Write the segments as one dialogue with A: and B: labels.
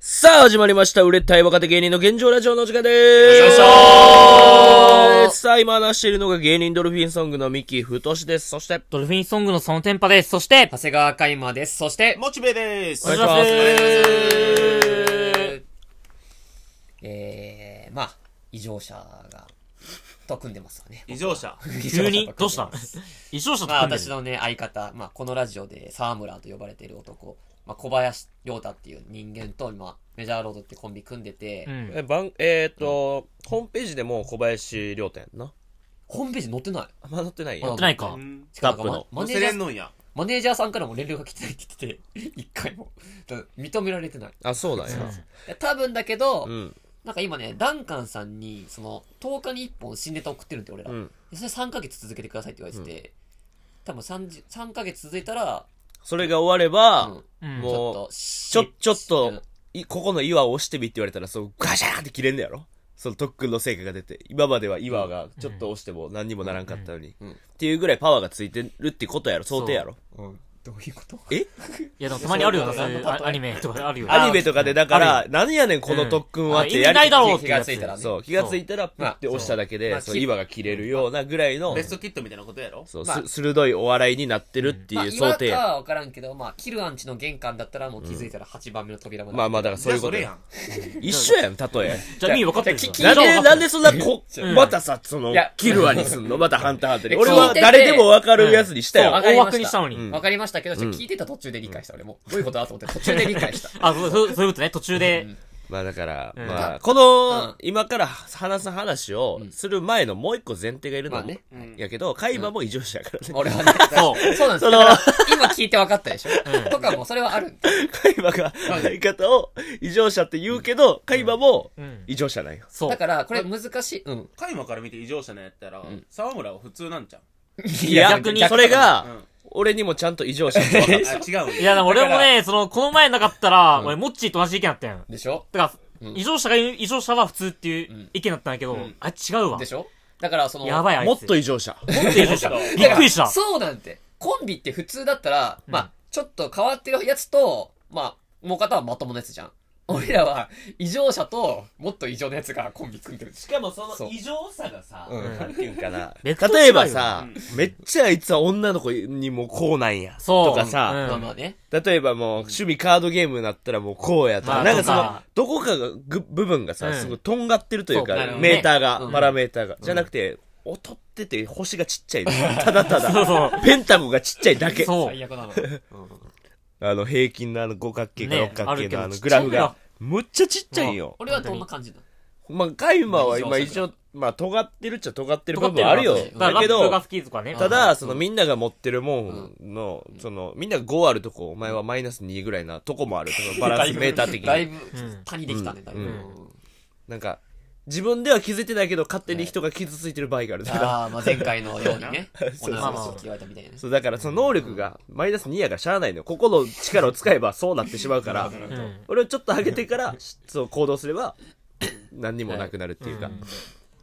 A: さあ、始まりました。売れたい若手芸人の現状ラジオのお時間でーす。さあ、今話しているのが芸人ドルフィンソングのミキ・フトシです。そして、
B: ドルフィンソングのそのテンパです。そして、
C: 長谷川海馬です。そして、
D: モチベです。
A: お願いします
C: えー、まあ、異常者が、と組んでますわね。
D: 異常者。
B: 急にどうしたの一生者と
C: まあ、
B: 組んで
C: 私
B: る
C: のね、相方、まあ、このラジオで沢村と呼ばれている男、まあ、小林亮太っていう人間と、今、メジャーロードってコンビ組んでて、
B: うん
A: え、番、えっ、ー、と、ホームページでもう小林亮太やんな。
C: ホームページ載ってない。
A: あんま載ってない
B: や
A: や
B: ってないか。
C: し
A: カ
C: か
A: ップの
C: マ
D: 乗
C: ネー
D: せ
C: ジャ
D: れん
C: ー、
D: のんや。
C: マネージャーさんからも連絡が来てないって言ってて、一回も。 だから認められてない。
A: あ、そうなんや。
C: いや多分だけど、
A: うん。
C: なんか今ね、ダンカンさんに、その、10日に1本新ネタ送ってるんで、俺ら。
A: うん。
C: それ3ヶ月続けてくださいって言われてて、多分 3, 3ヶ月続いたら、
A: それが終われば、
C: うん
B: うん
C: ち
A: もう
C: ょっと、し
A: ちょ、ちょっ
C: う
A: と
C: ん、
A: いここの岩を押してみって言われたら、そう、ガシャーンって切れんのやろその特訓の成果が出て、今までは岩がちょっと押しても何にもならんかったのに。
C: うんうん
A: っていうぐらいパワーがついてるってことやろ想定やろ
C: うんどういうこと
A: え
B: いや、でもたまにあるよな、
C: そ
B: そうういう
C: あの
B: あアニメとかあるよ。
A: アニメとかで、だから
B: あ、
A: 何やねんこの特訓は
B: うん
A: ってや
B: あ意味ないだろうって
C: 気がついたらね。
A: そう、気がついたら、プ
C: まあ
A: って押しただけ
C: ま
A: で、
C: あ
A: そう
C: き
A: 岩が切れるようなぐらいの
D: ベ、ストキットみたいなことやろ
A: そう、
C: まあ
A: す鋭いお笑いになってるって
C: まあ、
A: いう
C: 今
A: 想
C: か
A: 定や。
C: はわからんけど、まあ、キルアンチの玄関だったらもう気づいたら8番目の扉まで。
A: まあまあ、だからそういうこ
D: じ
A: と
D: ゃあ
A: や。
D: そ
A: 一緒やん、例え。
B: じゃあ、意味分かってるじゃん
C: じ
A: な
C: ゃあ
A: んで、なんでそんなこ、
B: ん
A: またさ、その
C: いや、
A: キルアにすんのまたハンターハンターに。
C: え
A: 俺は
C: 聞いてて
A: 誰でもわかるやつにした
B: そう
A: よ。
C: かりました
B: 大枠にしたのに
C: うんわかりましたけど、ちょっと聞いてた途中で理解した、俺も。どういうことだと思って途中で理解 した。
B: あ、そう、そうそういうことね、途中で。
A: まあだから、
B: うん
A: まあ、この、
C: うん
A: 今から話す話をする前のもう一個前提がいる
C: ま
A: の
C: あね。
A: やけど、海馬も異常者やからね。
C: 俺はね。
B: そう
C: そうなんです
A: そ
C: よ。
A: の
C: だから今聞いて分かったでしょ、とかも、それはあるんだよ
A: 海馬が相方を異常者って言うけど、海馬も
B: うん
A: 異常者なんよ。
B: そう
C: だ。から、これ難しい。うん。
D: カイマから見て異常者なんやったら
C: ん、
D: 沢村は普通なんじゃん。
C: い
B: や逆に
A: それが
D: うん、
A: 俺にもちゃんと異常 者って分かっ
D: あ、違うん
B: いや、でも俺もね、その、この前なかったら、俺、モッチーと同じ意見だったやん。
C: でしょ
B: だから、
C: うん
B: 異常者が言う、異常者は普通っていう意見だったんだけど
D: ん、
B: あ、違うわ
C: で。しょだから、その、
B: やばい、
A: た。
B: あ
A: も
B: い
A: っ
B: つ。
A: と異常者。
B: もっと異常者。びっくりした。
C: そうなんて。コンビって普通だったら、まあ、ちょっと変わってるやつと、まあ、もう片はまともなやつじゃん。俺らは、異常者と、もっと異常なやつがコンビ組んでるし。
D: しかもそ
C: そう
D: の異常さがさ、
C: うん
A: なんていうんかな。
B: ベクトル違うよ
A: 例えばさ
D: う、
A: めっちゃあいつは女の子にもこうなんや。
B: そ
A: と
B: う
A: かさ、
B: うん
C: まあまあね。
A: 例えばもう趣味カードゲームになったらもうこうやと
B: ま
A: か、
B: あ
A: なんかそ
B: と
A: の
B: か、
A: どこかがぐ部分が
B: う
A: さ、
B: ん
A: すごいとんがってるというか
B: そう
C: なるほ、どね
A: メーターが
C: う、ん
A: パラメーターが。じゃなくて、劣ってて星がちっちゃい。ただた
B: そうそ
A: だ
B: う。
A: ペンタゴンがちっちゃいだけ。
B: そう。
C: 最悪なの。
A: あの、平均のあの五角形か
B: ね
A: 六角
B: あ
A: 形
B: るけ
A: の
B: ど
A: あのグラフ
B: ちっちゃい
A: が
B: よ、
A: むっちゃちっちゃいんよ。
C: 俺はどんな感じなの
A: まあ、カイマは今
C: 異
A: 一
C: 常
A: 応、まあ、尖ってるっちゃ尖ってる
B: 尖
A: 部
B: って
A: 分
B: る
A: あるよ
B: だ。
A: だけ
B: からラップ
A: ど
B: が、好きとかね。
A: ただ、そのみんなが持ってるもんの、その、みんなが5あるとこ、お前はマイナス2ぐらいなとこもある。そのバランスメーター 的
C: だい
A: に。
C: ぶ
B: ん、
C: 谷できたね、だいぶ。
A: うん
C: うん
A: なんか、自分では気づいてないけど、勝手に人が傷ついてる場合がある。だから、
C: ああ、まあ前回のように ね。同じ
B: まあまあ
C: こと言われたみたいなね。
A: そう、だからその能力が、マイナス2やからしゃあないのよ。ここの力を使えばそうなってしまうから、
B: うん。
A: 俺をちょっと上げてから、そう、行動すれば、何にもなくなるっていうか。
B: うん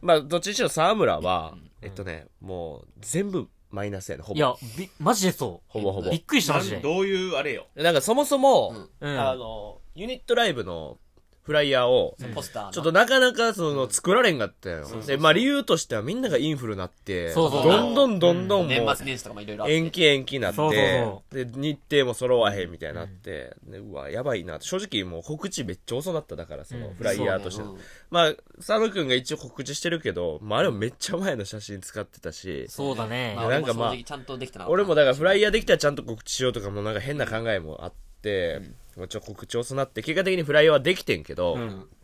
A: まあ、どっちにしろ沢村は、えっとね、もう、全部マイナスやね、ほ
B: い
A: ぼ。
B: や、び、マジでそう。
A: ほぼほぼ
B: びっ。くりした、マジ
D: なん
B: で。
D: どういうあれよ。
A: なんかそもそも、
B: うん。
A: あの、ユニットライブのフライヤーを、
C: ポスターの。
A: ちょっとなかなかその作られんかったよ。で、まあ理由としてはみんながインフルになって、
B: そうそう
A: どんどんどんどんも
C: 年
A: う
C: 末年始とかもいろいろあって。
A: 延期延期になって、
B: そうそうそ
A: で、日程も揃わへんみたいになって、でうわ、やばいな。正直もう告知めっちゃ遅かっただから、その
B: うん
A: フライヤーとして。
C: そうね
A: まあ、佐野くんが一応告知してるけど、まああれもめっちゃ前の写真使ってたし、
B: そうだ
C: う
B: ね
C: んま。あ
A: な
C: 俺
A: ん
C: も
A: か
C: 正
A: まあ
C: 直ちゃんとできたな。
A: 俺もだからフライヤーできたらちゃんと告知しようとかもなんか変な考えもあって、もうちょっと告知遅なって、結果的にフライヤーはできてんけど、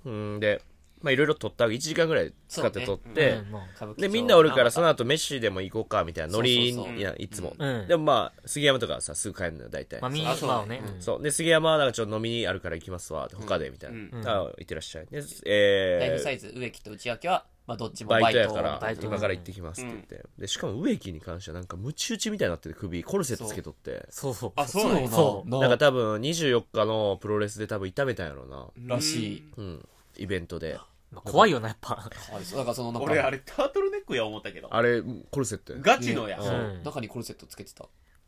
A: うん、で、まあいろいろ撮ったわけ、1時間ぐらい使って撮って、
B: うんまあ
C: 歌舞伎町
A: で、みんなおるから、その
C: 生
A: 後飯でも行こうか、みたいなノリ
C: そうそうそう
A: いや、いつも。
B: うん
A: でもまあ、杉山とかはさ、すぐ帰るのよ、大体。
B: まあ、みん
D: あ
B: な
D: そう
B: をね。うん
A: そう。で、杉山はなんかちょっと飲みにあるから行きますわ、他で、みたいな。
D: うん
A: あ行ってらっしゃい。で、
C: ライブ
A: え
C: サイズ植木と内訳は、まあどっち
A: ー、
C: も
A: バ
C: バ
A: イ
C: イ
A: ト
C: ト
A: やから
B: バイ、ト
A: 今から行ってきますって言って。で、しかも植木に関してはなんか、ムチ打ちみたいになってて、首、コルセットつけとって。
B: そうそう。
D: あそうなんや
B: そう。
A: なんか多分、24日のプロレスで多分痛めたんやろうな。
C: らしい。
A: うん。イベントで。
B: まあ怖いよな、やっぱ。
C: あれそうだからそのなん
D: 俺あ
C: か、
D: れタートルネックや思ったけど。
A: あれ、コルセットや
D: ガチのや。
B: うん
C: 中にコルセットつけてた。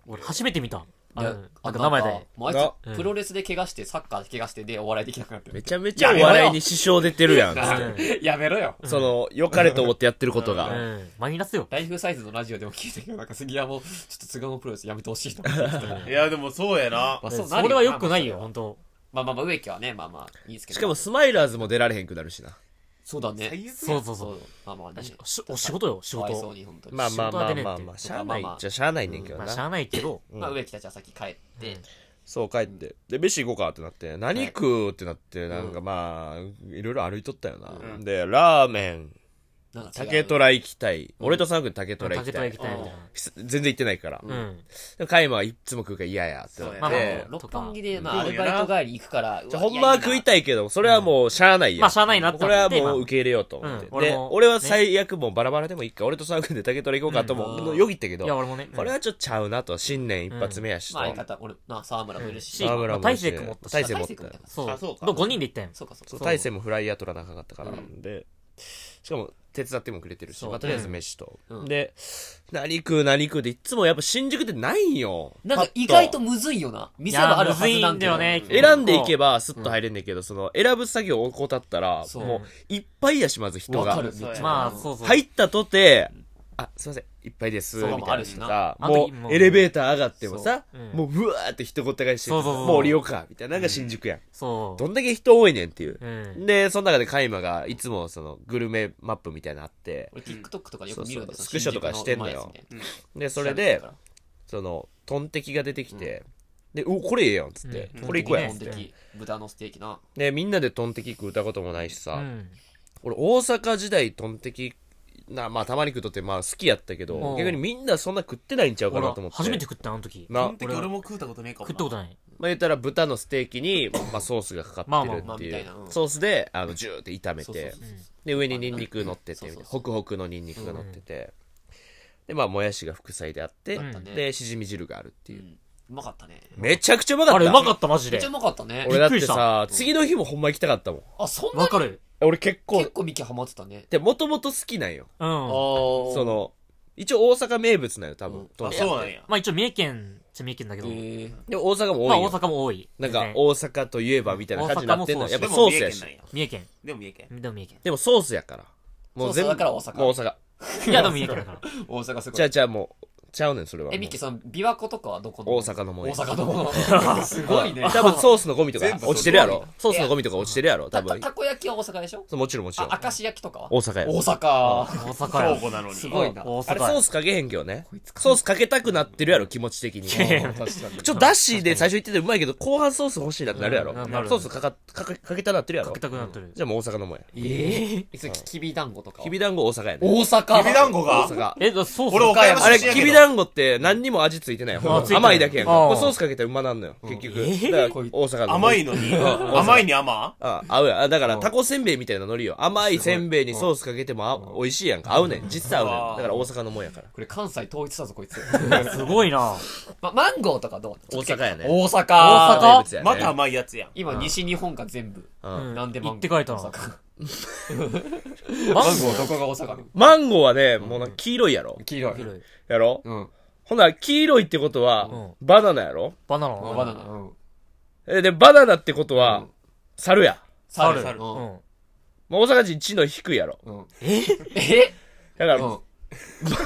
B: 俺、初めて見た。あ
C: いや
B: うん
C: あ
B: なんか
C: と
B: 名前で。
C: もうあい
B: うん
C: つ、プロレスで怪我して、サッカーで怪我して、で、お笑いできなくなってる
A: め。ちゃめちゃお笑いに支障出てるやん。
C: なあ やめろよ。
A: その、良かれと思ってやってること
B: う
A: が。
B: ん。マイナスよ。
C: ライフサイズのラジオでも聞いたけど、なんか杉山も、ちょっと菅野プロレスやめてほしいなって言ってた。
D: いや、でもそうやな。
C: まあ
B: そ
C: なる
B: れは良くないよ、
C: まあ
B: 本当
C: まあまあまあ、植木はね、まあまあ、いいですけど。
A: しかも、スマイラーズも出られへんくなるしな。
C: そうだね。
D: 最悪やん
B: そうそ
C: そ
B: うそう
C: う。まあまあね。
B: しお仕事よ、仕
C: かわいそう
B: 事。
C: に、本当に。
A: まあまあまあ
B: 仕事は出ね
A: ま
B: え
A: あ
B: って
A: まあ、しゃあないっちゃしゃあないねんけど
B: まあ、しゃ
A: な。
B: あないけど、
C: まあ、植木たちは先帰って、
A: そう、帰って。で、飯行こうかってなって、何食うってなって、なんかまあ、いろいろ歩いとったよな。で、ラーメン、
C: なんか違う
A: 竹虎行きたい。俺とサン君竹虎行
B: 竹
A: き
B: と
A: た
B: 行
A: い
B: き。たいみたい
A: ひす全然行ってないから。
B: な。うん。
A: でも、カイマはいつも食うから嫌やってな
D: そ
A: っ
D: うやな
A: て。
C: 六本木で、
B: と
C: ま
B: か
C: あ、アルバイト帰り行くから、
A: じゃあほんまは食いた
C: い。
A: いけど、それはもうしゃあないやん。
B: まあしゃあないなって
A: こ
B: 思っ
A: れ
B: て
A: はもう受け入れようと思って。
B: うん
A: で
B: 俺、も
A: 俺は最悪もうバラバラでもいいか、俺とサー君で竹取り行こうかと
C: う
A: も
C: ん
A: よぎったけど
B: いや、、俺もね。
A: これはちょっとちゃうなと、新年一発目やしと
C: まあ、。相方、俺、な、沢村もいるし。
B: うん
A: 沢村もいるし
B: 大勢君持ったし
A: 大勢持った
C: 大勢君だから
B: そう。
D: あそうか
B: ど5人で行ったよ。
C: そうか、そう
A: そう。
C: か
A: 大勢もフライヤー取らなかったからなんで、しかも手伝ってもくれてるし、
C: そう
A: まあとりあえず飯と
C: うん。
A: で、何食う何食うでいつもやっぱ新宿ってないんよ。
C: なん
A: パ
C: か
A: ッ、
C: 意外とむずいよな。店はあるはずなんけど
B: いやむずいんだよね
A: 選んでいけばスッと入れんねんけど、その選ぶ作業を怠ったら、
C: そう
A: もういっぱいやし、まず人
C: わ
A: が
C: か。る、めっちゃ。
B: まあ、そうそう。
A: 入ったとて、あ、すいません、いっぱいです、み
C: そう
A: たい
C: もあるし
A: な
C: な
A: さ、
B: あの
A: も
B: 時も
A: う
B: う
A: エレベーター上がってもさ
B: そううん、
A: もうブワーって人ごった返して、
B: そうそうそう
A: もう降りようか、みたいなのが新宿やん。
B: そう。
A: どんだけ人多いねんっていう
B: う。ん。
A: で、その中でカイマがいつもそのグルメマップみたいなのあって、
C: 俺 TikTok とかでよく見るんで
A: そうそ
C: す
A: うスクショとかしてんのよで、そ
C: そ
A: れで、その、トンテキが出てきて、で、お、これええやん、つって
B: う。ん
A: これ行こうやん、
B: ト
A: つ
B: ン
A: っ
B: テキ
A: て。
B: ね
C: 豚のステーキな。
A: で、みんなでトンテキ食うたこともないし
B: う
A: さ、
B: ん。
A: 俺大阪時代トンテキなまあたまに食うとってまあ好きやったけど、
B: うん
A: 逆にみんなそんな食ってないんちゃうか
B: 俺
A: なと思って
B: 初めて食ったよあの時。
A: な
D: 基本的に俺も食ったことねえかも
B: 食
D: な。
B: ったことない。
A: まあ言ったら豚のステーキに、まあ、ソースがかかってる
B: ま
A: っ
C: あ
A: てい
C: まあまあ
A: う
C: みたいなうん
A: ソースであのジューって炒め
C: そうそう
A: て
C: そう
A: で上にニンニク乗ってて
C: そう
A: み
C: そう
A: たい
C: そ
A: うなホクホクのニンニクが乗ってて、でまあもやしが副菜であって、
B: うん
A: でしじみ汁があるっていうう、
C: んうまかったね。
A: めちゃくちゃうまかった
B: あれ、うまかった、マジ
C: めっ
B: で
C: ちゃ。うまかったね。
A: 俺だっ
B: び
A: て
B: っくりし
A: さ
B: た
A: 次の日もほんま行きたかったもん
C: あ、そんな
B: わ
C: に
B: かる。
A: 俺結構
C: 結構ミキハマってたね。
A: でもともと好きなんよ
B: うん。
C: そ
A: そ、の一応大阪名物なんよ多分、
C: うん
A: トン
D: あ、
A: テキって
D: そうなんや。
B: まあ一応三重県っちゃ三重県だけど、
C: え
A: で大阪も多い
B: まあ
A: んよ
B: 大阪も多い。
A: なんか
B: 全、然
A: 大阪といえばみたいな感じになってんの。
B: 大阪もそうだし
A: やっぱソースやし
D: でも三重県。なんや
B: 三重県。
D: でも三重県。
B: でも三重 県。
A: でもソースやから。もう全部。
C: ソースだから大阪
A: もう大阪。
B: いや、でも三重 県だから。
C: ー、大阪すご
A: ちゃ。
C: いう
A: ちゃうもう、ちゃうねん、それはもう。
C: え、ミキその、琵琶湖とかはどこの
A: 大阪のもん
C: 大
A: や
C: 阪のもの。 すごいね。
A: 多分ソースのゴミとか
D: 全部
A: 落ちてるやろ。ソースのゴミとか落ちてるやろ、多
C: た
A: 分
C: た。こ焼きは大阪でしょ
A: そうもちろんもちろん
C: あ、。明石焼きとかは
A: 大阪やろ。
C: 大阪。
B: 大阪
D: 兵
B: や。
D: 庫なのに。
C: すごいな。
B: 大
A: あれソ
B: 阪
A: ー
B: や。
A: スかけへんけどね。ソースかけたくなってるやろ、気持ち的に。ち
C: 確かに。
A: ょっとダッシーで最初言っててうまいけど、後半ソース欲しいなってなるやろ
B: うんな。る
A: ソースかか、かけかけたなってるやろ
B: かけ。たくなってる。
A: じゃあもう大阪のもんや。
C: ええそれ、きびだんごとかは
A: きびだんご大阪やね。
C: 大阪。
D: きびだんご
A: 大阪。
D: が
B: え、だソース
D: 俺岡山
A: あれ、
D: 出身やけ
A: き
D: ど
A: びだんごって何にも味ついてないよ
B: あついてない
A: 甘いだけやんか。
B: あー
A: これソースかけたらうまなんのよ、結局。だから大阪の。
D: 甘いのに、甘いに甘
A: あ、合うやん。あだから、タコせんべいみたいなのりよ。甘いせんべいにソースかけてもあ美味しいやんか。合うねん。実際合うね
D: うん
A: ん。だから大阪のもんやから。
C: これ関西統一だぞ、こ いつ。
B: すごいな。
C: ま、マンゴーとかどう
A: 大阪やね
C: 大阪。
B: 大阪
A: 名物やね
D: また甘いやつやん。
C: 今、西日本が全部。
A: うん
B: うん
C: なんでマンゴー
B: 行って書いたな
C: 大阪マンゴ
B: マンゴー
C: ーどこが大阪の
A: マンゴーはね、もうなんか黄色いやろ。
C: 黄色い。
B: 広い
A: やろ
C: うん。
A: ほな、黄色いってことは、バナナやろ
B: バナナ。
C: バナナ。うん。
A: えで、バナナってこと
C: う
A: は
C: ん、
A: 猿や。
B: あ
C: 猿
B: る。
C: 猿。
B: う
C: うん。
B: ん。
A: まあ大阪人知能低いやろ。
C: うんえ
A: えだから、
C: うん
A: 大。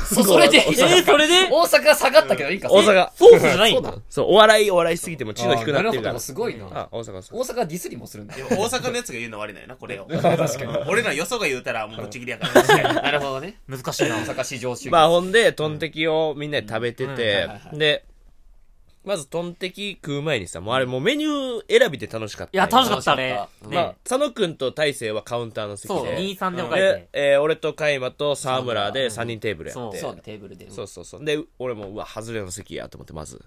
C: そ、それで
B: え
C: いい
B: ー、それで
C: 大阪下がったけどいいか。
A: 阪。
B: ソースじゃないん
C: そう
B: だ
C: な。
A: そう、お笑い、お笑いしすぎても知能
C: あ
A: 低く
C: ー
A: な
C: な
A: っ
C: る
A: て
C: ほ
A: るから
C: ど、。すごいな。
A: あ、大阪そう。
C: 大阪ディスりもするんだ
D: で。も大阪のやつが言うの悪いのよな、これを。確かに。俺らよそが言うたら、もうぶっちぎりやから。
C: なるほどね。
B: 難しいな。
C: 大阪市場主義。
A: まあほんで、トンテキをみんなで食べて
B: うんうん
A: て、で、まずトンテキ食う前にさ、もうあれもうメニュー選びで楽しかった。
B: いや、楽しか
A: っ
B: った、あれ
C: 楽しかっ。た
A: まあ
B: ね。、
A: 佐野くんと大勢はカウンターの席
B: そう、
A: で、
B: 23で分かれ
A: で
B: て。、
A: えー俺と海馬と沢村で3人テーブルやって。
B: そう
A: そ
C: そう
A: う
C: ね、テーブルで。
A: そうそうで、俺も、うわ、外れの席やと思って、まず。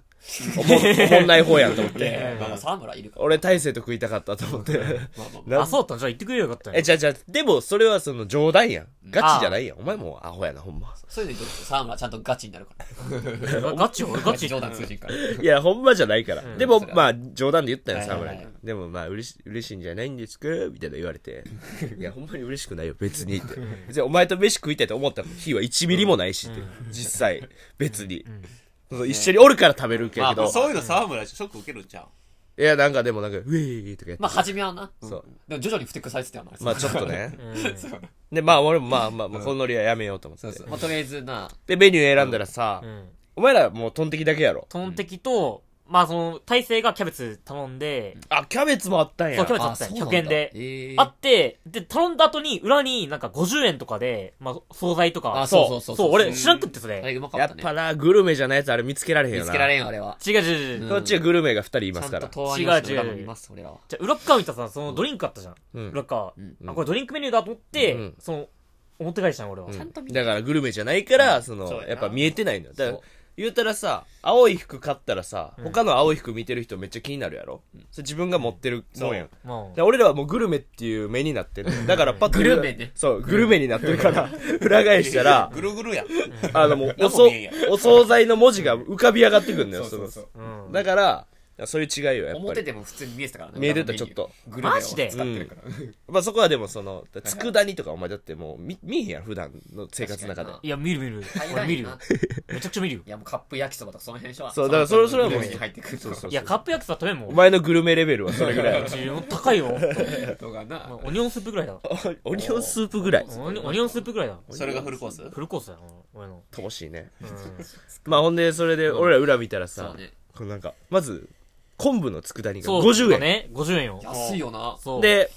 A: おも、おもんない方やと思っ
C: いや
A: て。
C: いやまあまあ、沢村いるから。
A: 俺大勢と食いたかったと思って。
C: まあまあま
A: な
B: あ、そうだったのじゃあ行ってくれよかったよ
A: え、。じゃあじゃあでもそれはその冗談やん。ガチじゃないやん。お前もうアホやな、ほんま。
C: あ、そういうのにとって沢村ちゃんとガチになるから。
B: ガチよ、俺ガチ。
C: 冗談通じんか ら。
A: いや、ほんまじゃないから。でも、まあ、冗談で言ったよ、
C: はいはいはい
A: 侍に。でも、まあ、嬉し、嬉しいんじゃないんですかみたいな言われて。いや、ほんまに嬉しくないよ、別に。って。別にお前と飯食いたいと思った日は1ミリもないしって、実際、別に。そう一緒におるから食べるけ
D: まあまあ、
A: ど。
D: そういうの沢村ショック受けるんちゃう
A: いや、なんかでもなんか、ウェーとかやって。
C: まあ、初めはな。
A: そう。
C: でも徐々にふてくされてたよな。
A: まあちょっとね。
C: そう
A: で、まあ俺もまあまあ、まあ、このノリはやめようと思って。
C: そうそう。まあ、とりあえずな、
A: で、メニュー選んだらさ、
B: うん。
A: お前らもうトンテキだけやろ。
B: トンテキと、まあその、大勢がキャベツ頼んで、
A: あ、キャベツもあったん
B: そ
A: や
B: う、キ。ャベツあ
C: あ
B: った
C: そう
B: よ
C: なんだ
B: 100円で。
C: ええ
B: あって、で、頼んだ後に、裏になんか50円とかで、まあ、惣菜とか。
C: あそうそうそう
B: そう、
C: う
B: 俺
C: ん
B: 知らんくってそ
C: あれ
B: れ。
C: うまか
A: や
C: っ
A: った
C: ね。
A: ぱな、グルメじゃないやつあれ見つけられへんよな。
C: 見つけられんよ、あれは。
B: 違う違う違う違う。
A: こっちはグルメが二人います
C: ちゃ
A: か
C: んと
A: ら。
C: 答案用紙と
B: 違う違う
C: かも見ます、俺らは。
B: じゃあ裏っ側見たらさ、そのドリンクあったじゃん。
A: うん
B: 裏っ側
C: ん。
B: あ、これドリンクメニューだと思って、
A: うん
B: その、持って帰りしたん俺は。
A: うん
C: ちゃんと見て
A: だからグルメじゃないから、そ
D: そうや
A: の、
D: な
A: やっぱ見えてないのよ。だから
C: そう
A: 言うたらさ、青い服買ったらさ、他の青い服見てる人めっちゃ気になるやろ。それ自分が持ってるもんやん。
B: ま
A: で俺らはもうグルメっていう目になってる。だからパッと。
C: グルメね
A: そう、グルメになってるから、裏返したら、
D: ぐるぐるやん。
A: あのもう、お
D: 何も
A: そ
D: 見えんや、
A: お惣菜の文字が浮かび上がってくるんだよ、その
B: あ、うん。
A: だから、そういう違いよ、やっぱ
C: 表
A: り。
C: でも普通に見えてたからね。
A: 見えてたちょっと。
C: グルメを
B: マジで
C: 使ってるから。
A: まあそこはでもその、佃煮とかお前だってもう見、見えへんやん、普段の生活の中で
C: 確か。に
B: いや、見る見る
C: 入。らんよな
B: 俺見るよ。めちゃくちゃ見るよ
C: い。や、もうカップ焼きそばとかその辺でしょ。
A: そうだからそれそれはもう
C: グルメに入ってくる
A: そうそう
B: いや、カップ焼きそば食べんもん。
A: お前のグルメレベルはそれぐらい。
B: うん高いよ。
C: とかな。
B: オニオンスープぐらいだ。
A: オニオンスープぐらい。
B: オニオンオニオンスープぐらいだ。
D: それがフルコース
B: フルコースだよ、俺の。
A: 乏しいね。
B: うん
A: まあほんで、それで、俺ら裏見たら
C: そ
A: さ
C: う、ね。
A: こうなんか、まず、昆布の佃煮が
B: そう。
A: 50円。
B: ね、50円よ。
C: 安いよな。
B: そう。、
A: で、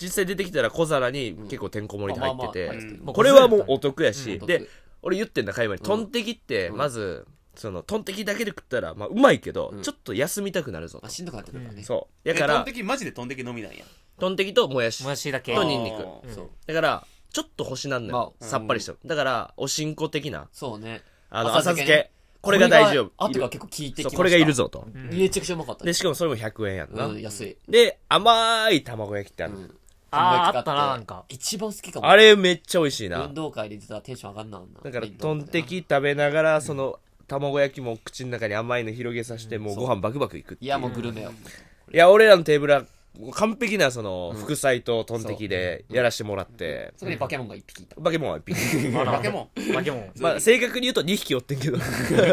A: 実際出てきたら小皿に結構てんこ盛りで入って
C: まあまあ
A: て、
C: まあ
B: もう
A: これはもうお得やし、
C: うん
A: で、俺言ってんだ、会話に。トンテキって、まず、その、トンテキだけで食ったら、まあ、うまいけど、ちょっと休みたくなるぞ
C: まあ、。しんどくなってくるからね。
A: そう。
D: え
A: だか
D: トン
A: ら
D: テ、キマジでトンテキのみなんや。
A: トンテキともやし
B: も。やしだけ。
A: とニンニク
D: あー
C: そう。
A: だから、ちょっと星なんだよ。
C: まあ
A: さっぱりした。だから、おしんこ的な、
C: そうね。
A: あの、
C: 浅
A: 浅
C: 漬
A: 漬
C: け
A: け。これが大丈夫。
C: あとが結構効いてきま
A: そう
C: した
A: これがいる。ぞと。
C: めちゃくちゃうまかった
A: で、
C: ね。
A: しかもそれも100円やんな。
C: うん、安い。
A: で、甘い卵焼きってある。
C: うん
B: あーあったななんか
C: 一番好きかも。
A: あれめっちゃ美味しいな
C: 運。動会で出たらテンション上がんなあんな。
A: だから、トンテキ食べながら、その、卵焼きも口の中に甘いの広げさせて、もうご飯バクバクいくって
C: い
A: い
C: や、もうグルメよ。
A: う。いや、俺らのテーブルは、完璧な、その、副菜とトンテキでやらしてもらって、
C: そこにバケモンが一匹いた。
A: バケモンは 一匹。
B: あら
D: バケモン。
B: バケモ ン。
A: まあ、正確に言うと2匹おってんけど。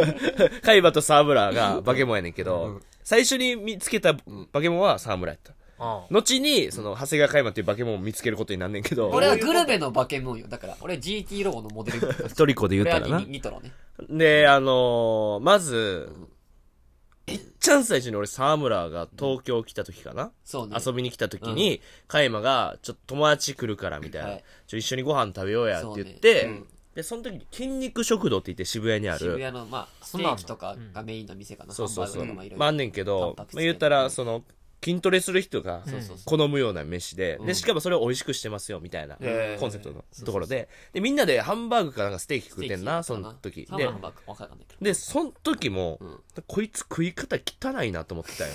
A: カイバと沢村がバケモンやねんけど、最初に見つけたバケモンは沢村やった。
B: あ
A: 後に、その、長谷川カイマっていうバケモンを見つけることになんねんけど、
C: 俺はグルメのバケモンよ。だから、俺 GT ロボのモデル。
A: トリコで言っ
C: 俺
A: た
C: は
A: らな
C: ニ。ニトロね。
A: で、あのーまず、いっちゃん最初に俺沢村が東京来た時かな、
C: そうね。
A: 遊びに来た時に、カイマが、ちょっと友達来るからみたいな、
C: はい
A: ちょ一緒にご飯食べようやって言っ
C: そ
A: て、
C: うねうん
A: で、その時に筋肉食堂って言って渋谷にあ
C: 渋
A: る、
C: 谷の、まあ、ス
B: そ
C: テ
B: んな
C: ー
B: の
C: キとかがメインの店かな。
A: そうそうそう、
C: ハンバーグとかまあいろいろ
A: まああんねんけど、
C: タ
A: ま
C: ンパク質
A: あ、言ったら、その、筋トレする人が
C: そうそうそ
A: 好むような飯で、で、しかもそれを美味しくしてますよ、みたいな
D: へー
A: コンセプトのところで、で、みんなでハンバーグかなんかステーキ食ってんな、
C: ス
A: そ
C: テーキか
A: の時。
C: サンバ
A: で
C: ハン、バーグわかんないけど。
A: で、その時も、こいつ食い方汚いなと思ってたよ。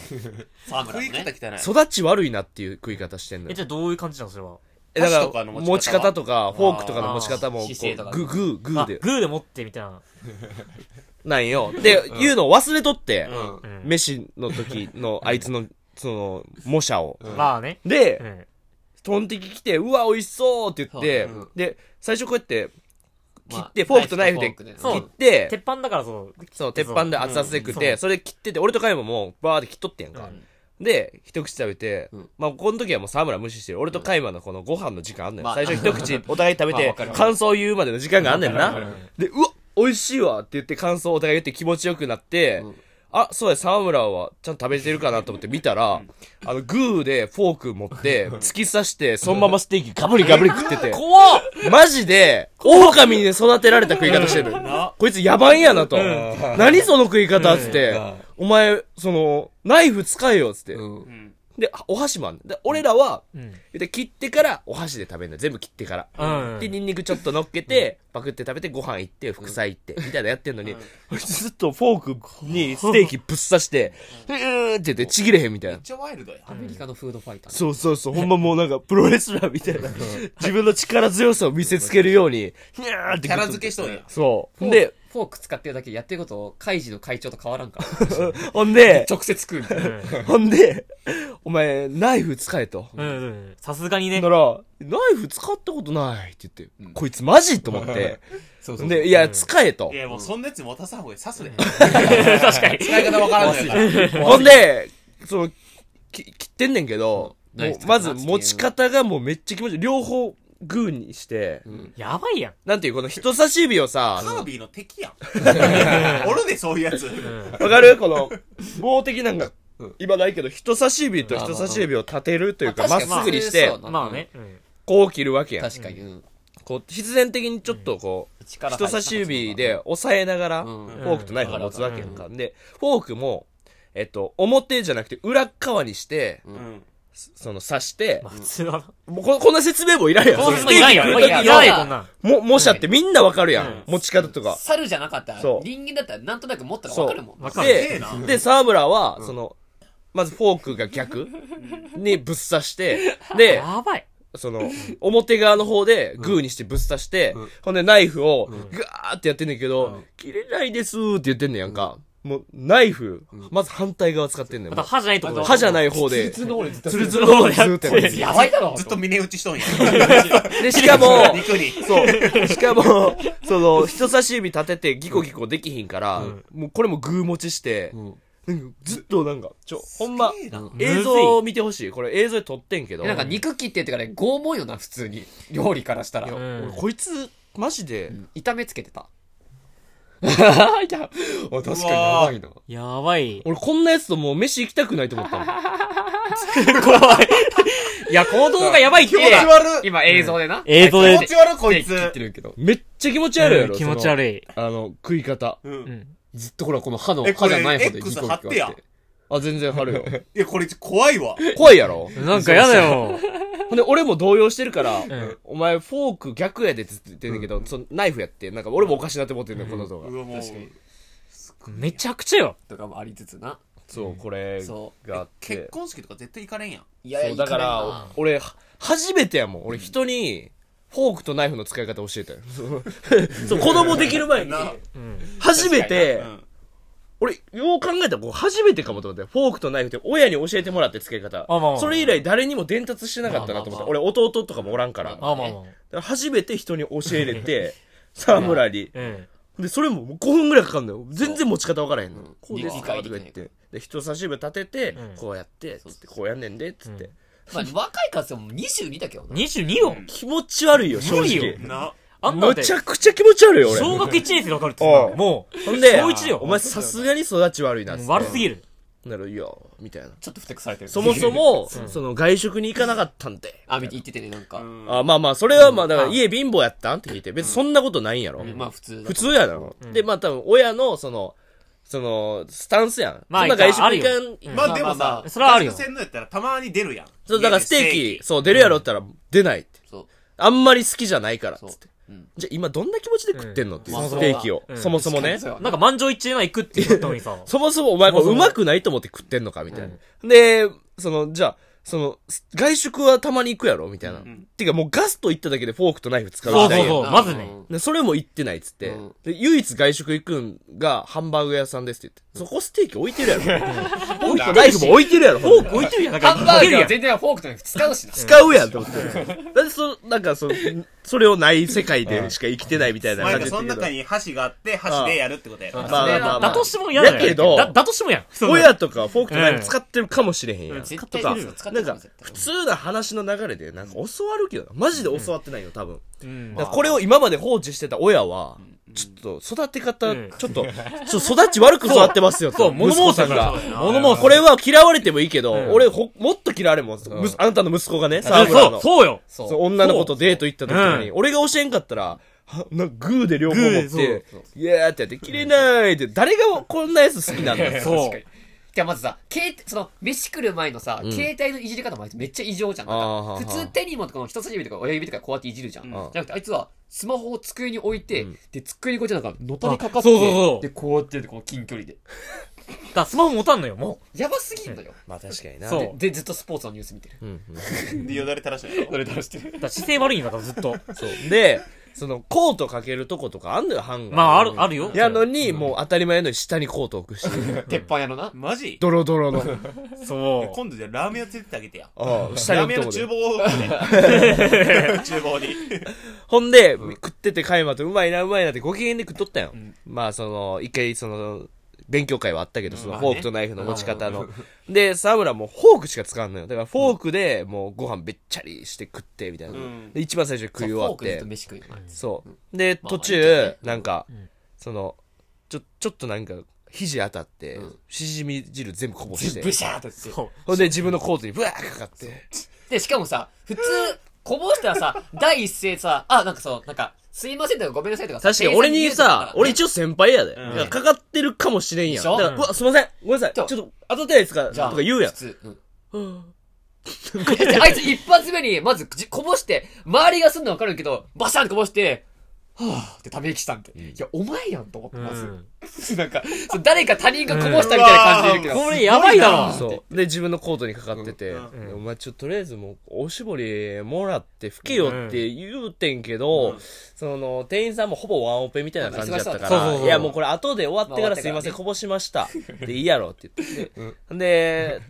C: 沢村
D: 食
C: の
D: い方汚
C: ね。
D: い。
A: 育ち悪いなっていう食い方してんの
B: え、
A: よ
B: じ。ゃあどういう感じなのそれは。
A: えだ
D: 箸と
A: か、
D: からの
A: 持
D: 持
A: ち
D: ち
A: 方
D: 方
A: とか、フォークとかの持ち方も、こ
C: あー姿勢と
A: う
C: か
A: グー、グー、グー
B: あ、
A: で、
B: グーで持ってみたいな。
A: なんよ。で、言うのを忘れとって、
B: うん
A: 飯の時のあいつの、その、模写を。
B: まあね。
A: で
B: う、ん。
A: トンテキ来て、うわ、美味しそうって言って
C: そううん、
A: で、最初こうやって、切
C: まあ
A: って、フォークとナイフで切
C: ナイフとフォーク
A: って、
B: 鉄板だからそう。
A: そう、鉄板で熱々で食っ
B: うんう
A: て、
B: ん
A: それ切ってて、俺とカイマもバーって切っとってんか。で、一口食べて
C: ん、
A: まあ、この時はもう沢村無視してる。俺とカイマのこのご飯の時間あんねん
C: ま。あ
A: 最初一 口お互い食べ
C: まあ
A: て
C: わかる、わかる
A: 感想言うまでの時間があんねんな。で、うわ美味しいわって言って感想をお互い言って気持ちよくなって、あ、そうや、沢村はちゃんと食べてるかなと思って見たら、あの、グーでフォーク持 って、突き刺して、そのままステーキガブリガブリ食ってて、
B: 怖っ
A: マジで、狼に育てられた食い方してる。こいつ野蛮やなと。何その食い方っつって、お前、その、ナイフ使えよっつって。
C: う
D: う
C: ん
D: ん。
A: で、お箸もあんねんで、俺らは、
B: うん。
A: で切ってからお箸で食べるの全部切ってから、
B: うん
A: でニンニクちょっと乗っけて、パクって食べてご飯行って副菜行って、みたいなやってんのに、俺ずっとフォークにステーキぶっ刺して「うーん」って言ってちぎれへんみたい
D: め
A: な
D: っ。ちゃワイルドや。
C: アメリカのフードファイターね。
A: そうそうそう、ほんまもうなんかプロレスラーみたいな、自分の力強さを見せつけるように、ひゃーって
D: キャラ付けしとんや。
A: そう。で、
C: フォーク使ってるだけでやってることを、カイジの会長と変わらんから。
A: ほんで、
C: 直接食うみたいな。
A: ほんで、お前、ナイフ使えと。
B: うんうん。さすがにね
A: な。ら、ナイフ使ったことないって言って、こいつマジと思って。
C: そうそう。
A: で、いや、使えと
D: い。や、もうそんなやつ持たさん方がいい。刺すで。
B: 確かに。
D: 使い方わからんのやから。
A: ほんで、その、き切ってんねんけど、
C: ナ
A: も
C: イフ使
A: うま
C: う
A: ず持ち方がもうめっちゃ気持ちいい。両方グーにして、
B: やばいやん。
A: なんていう、この人差し指をさ、
D: カービィの敵やん。おるで、そういうやつ。
A: わかるこの、棒的なんか、今ないけど、人差し指と人差し指を立てるというか、まっ
C: 確
A: す
C: か
A: ぐにして
C: そう、だな
B: まあね。うん
A: こう切るわけやん。
C: 確かに。うん
A: こう、必然的にちょっとこう、
C: 力入
A: 人
C: っ
A: 差
C: た
A: し指で押さえながら、
C: う
A: フ
C: ん
A: ォークとナイフを持つわけやんか。で、フォークも、えっと、表じゃなくて裏側にして、
D: うん。
A: その刺して
B: ま、あ普通はな。
A: もうここんな説明もいらんやん。
B: この
A: そ
B: 説
A: の
B: 明いらんやん。
C: ス
B: い
C: テーキ
B: らんやん、こんなん。
A: も、模写ってみんなわかるやん。持ち方とか。
C: 猿じゃなかったら
A: そう、
C: 人間だったらなんとなく持ったら
A: そう
C: わかるもん。
B: わかる。
D: ええ
A: で
D: な、
A: で、沢村は、その、まずフォークが逆にぶっ刺して、で、
B: やばい。
A: その、表側の方でグーにしてぶっ刺して、ほんでナイフをガーってやってんねんけど、切れないですーって言ってんねんやんか。もう、ナイフ、まず反対側使ってんねん。も
B: また
A: う
B: 歯じゃないとこだ
A: 歯じゃない方で、
C: 通の俺ずっと
A: ツルツルの方でずーってやってんね
C: やばいだろ
D: ずっと峰打ちしとんや。
A: ん。で、しかも、
D: 肉に。
A: そう。しかも、その、人差し指立ててギコギコできひんから、もうこれもグー持ちして、なんかずっとなんか、ちょ、ほんま、
D: ええな
A: 映像を見てほしい。これ映像で撮ってんけど。
C: なんか肉切ってってから拷問よな、普通に。料理からしたら。
B: うん
A: 俺こいつ、マジ で、
C: 痛めつけてた。いや、お確かにやばいな。
B: やばい。
A: 俺こんなやつともう飯行きたくないと思ったもん。
B: 怖い。いや、行動がやばいって。
D: 悪い。
C: 今映像でな。
B: 映像
D: 気
B: で
D: 持。ち悪い、こい
C: 切って
D: つ。
C: るけど。
A: めっちゃ気持ち悪いや
B: う
A: ろ。
B: ん気持ち悪い。
A: その。あの、食い方。
D: う。
B: うんん。
C: ずっとほら、この歯の、
D: えこ
C: 歯
D: れ
C: じゃない方でギコギコや
D: X 貼ってや
C: って。
A: あ、全然貼る よ。
D: いや、これ怖いわ。
A: 怖いやろ。
B: なんかやだよ。
A: ほん で、俺も動揺してるから
B: ん、
A: お前フォーク逆やでって言ってんねんけど、そのナイフやって、なんか俺もおかしいなって思ってんねん、この動画
D: う。わ、もう。
B: めちゃくちゃよ。
C: とかもありつつな。
A: そう、これ
C: そ
A: があって。
D: 結婚式とか絶対行かれんやん。
C: い
A: そうだから、お俺、は初めてやもん。俺、人に、フォークとナイフの使い方教えたよ。 そう、子供できる前に、
D: な。
A: 初めて
D: う、ん。
A: 俺、よう考えたら、こう初めてかもと思って、フォークとナイフって親に教えてもらって使い方
B: あまあまあ。
A: それ以来誰にも伝達してなかったなと思っ
C: まあまあ
A: た。俺、弟とかもおらんから。だか
B: あ、まあまあ。
A: ら初めて人に教えれ て、沢村に。
B: うん。
A: で、それももう5分ぐらいかかるのよ。全然持ち方わからへんの。こうです
C: 理
A: か
C: 解
A: と
C: で
A: か
C: きな
A: 言
C: い
A: って。で、人差し指立てて
B: うん、
A: こうやって、つって、こうやんねんで、つって。
C: まあ、若い数でも22だけどな。
B: 22よ。
A: 気持ち悪いよ、正
B: 無理
A: 直
B: よ。
D: な。
B: あんな
A: む
B: んて
A: ちゃくちゃ気持ち悪いよ、俺。
B: 小学1年生でわかるって
A: おう
B: もう、
A: ほんで
B: 小一よ、
A: お前さすがに育ち悪いなっつって、
B: 悪すぎる。
A: なるよ、みたいな。
C: ちょっとふてくされてる。
A: そもそ も、その外食に行かなかったんで。
C: あ、見て言っててね、なんか。
A: あまあまあ、それはまあ、だから家貧乏やったんって聞いて、別にそんなことないんやろ。
C: まあ、普通だ
A: 普。通やなの。で、まあ多分親の、その、その、スタンスやん。
B: ま
A: そ
B: あ
A: んな外食行か
B: ある
A: ん。
D: まあでも
C: ま
D: さ
C: あまあま、
B: あそれはあるよ
D: せんのやったらたまに出るやん。
A: そう、だからステーキ、そう、出るやろって言ったら、出ないって。
C: そう。
A: あんまり好きじゃないから、つ
C: そう
A: って。。
C: うん。
A: じゃあ今どんな気持ちで食ってんのっていう
C: うん
A: ステーキを
B: う。ん
A: そもそもね。
C: そう
B: なんか満場一致でな行くって言ったのにさ。
A: そもそもお前これうまくないと思って食ってんのかみたいな。で、その、じゃあ、その、す外食はたまに行くやろみたいな。
D: ん
A: てかもうガスト行っただけでフォークとナイフ使う
B: そう
A: 時
B: そう
A: 代
B: そ
A: よ。
B: う。まずね。
A: でそれも行ってないっつって、
C: うん
A: で。唯一外食行くんがハンバーグ屋さんですって言って。そこステーキ置いてるやろ。フォークとナイフも置いてるやろ。フォーク
B: 置いてるやん。なんか
C: ハンバ
B: 置い
C: ー
B: て
C: グ
B: るや
C: は全然
B: ん。
C: フォークとか使うしな。
A: 使うやんと思って。なんでそ、なんかその、それをない世界でしか生きてないみたいな
D: まあ、
A: 感
D: なん
A: じ
D: か
A: だ
D: そ
A: った
D: の
A: けど
D: 中に箸があって、箸でやるってことやな。
A: まあまあまあまあ。
B: だとしても嫌だよ。
A: やけど
B: だ、だとしてもやん。
A: 親とかフォークとナイフ使ってるかもしれへんやん。
C: うん
A: とか
C: 絶対使、って
A: な
C: る
A: んか
C: 絶、対
A: 普通な話の流れで、なんか教わるけどな、マジで教わってないよ、多分。
B: うん。
A: だからこれを今まで放置してた親は、ちょっと、育て方、
B: うん
A: ちょっと、 ちょっと育ち悪く育ってますよ、
B: そう、
A: と
B: 物申す
A: 息子さ
B: から
A: んが。。
B: 物申す。
A: これは嫌われてもいいけど、
B: ん
A: 俺ほ、もっと嫌われるもん、むすあなたの息子がね、沢村
B: そう、
A: の。
B: そうよ。
C: そう
A: そう女の子とデート行った時に、
B: う
A: 俺が教えんかったら、はなんかグーで両方持っ
B: グー
A: て、いやーってやって、切れないって、誰がこんなやつ好きなんだよ。
B: そう。
C: てかまずさ、携帯、その、飯来る前のさ、携帯のいじり方もあいつめっちゃ異常じゃん。なん
A: あー
C: か普通手に持ってこの人差し指とか親指とかこうやっていじるじゃん。じゃなくてあいつは、スマホを机に置いて、で、机にこうやってなんか、のたれかかって、
B: あそうそうそう
C: で、こうやってやってこの近距離で。
B: がスマホ持たんのよ、も
C: やばすぎんのよ。
A: まあ確かにな。
B: そう
C: で、でずっとスポーツのニュース見てる。
A: うんうん
D: で、よだれ垂らしたよ。
C: それ出して
B: う。
C: る。
B: だから姿勢悪いんだからずっと。
A: そう。で、その、コートかけるとことかあんのよ、ハンガーに。
B: まあ、ある、あるよ。
A: やのに、もう当たり前のように下にコート置く し。
C: 鉄板屋のな。
D: マジ
A: ドロドロの。
B: そ
D: 今度じゃあラーメン屋連れてってあげてや。
A: ああ下に
D: ラー
A: 置
D: メ
A: く
D: ン
A: と
D: 屋
A: こ
D: の
A: で
D: 厨房を、厨房に。
A: ほんで、食ってて、カイマとうまいな、うまいなってご機嫌で食っとったよ。
D: ん
A: まあ、その、一回、その、勉強会はあったけど、その、
D: まあ
A: フ
D: ね
A: ォークとナイフの持ち方の。で、沢村もうフォークしか使わんのよ。だから、フォークで、もう、ご飯べっちゃりして食って、みたいな。
D: うん
A: で、一番最初に食い終わ
C: フォ
A: っ
C: ークずってと。飯食うよな。
A: そう。で、
C: まあ
A: 途
C: まあいいけどね
A: 中、なんか
B: ん、
A: その、ちょ、ちょっとなんか、肘当たって、しじみ汁全部こぼし
C: ブ
A: て。
C: シャーって言
B: う。
C: って。
B: そう。
A: ほんで、自分のコートにブワーかかって。
C: で、しかもさ、普通、こぼしたらさ、第一声さ、あ、なんかそう、なんか、すいませんとかごめんなさいとかさ
A: 確かに俺にさ、俺、一応先輩やで。
D: うん
A: だからかかってるかもしれんやん。
C: でしょ
A: だから、うわ、すいません。ごめんなさい。ち
C: ち
A: ょ
C: ょ
A: っと当たってないですかと
C: 店員さんだら
A: か言うやん
C: 普。通。うん あいつ一発目に、まずじこぼして、周りがすんのわかるけど、バシャンってこぼして、はぁってため息したんで。いや、お前やんと思って、
B: う
C: まず。
B: ん。
C: なんか、そう誰か他人がこぼしたみたいな感じでいるけど。
B: これやばいだろ。
A: そう。で、自分のコートにかかってて、
D: うん
B: うん
A: でお前ちょっととりあえずもう、おしぼりもらって吹けよって言うてんけど、
D: うん
A: その、店員さんもほぼワンオペみたいな感じだったか
B: そうそう
A: ら、
B: そう
A: いやもうこれ後で終わってか
C: ま
A: ら
C: あ
A: すいません、
C: 終わってからね
A: こぼしました。で、いいやろって言って。で、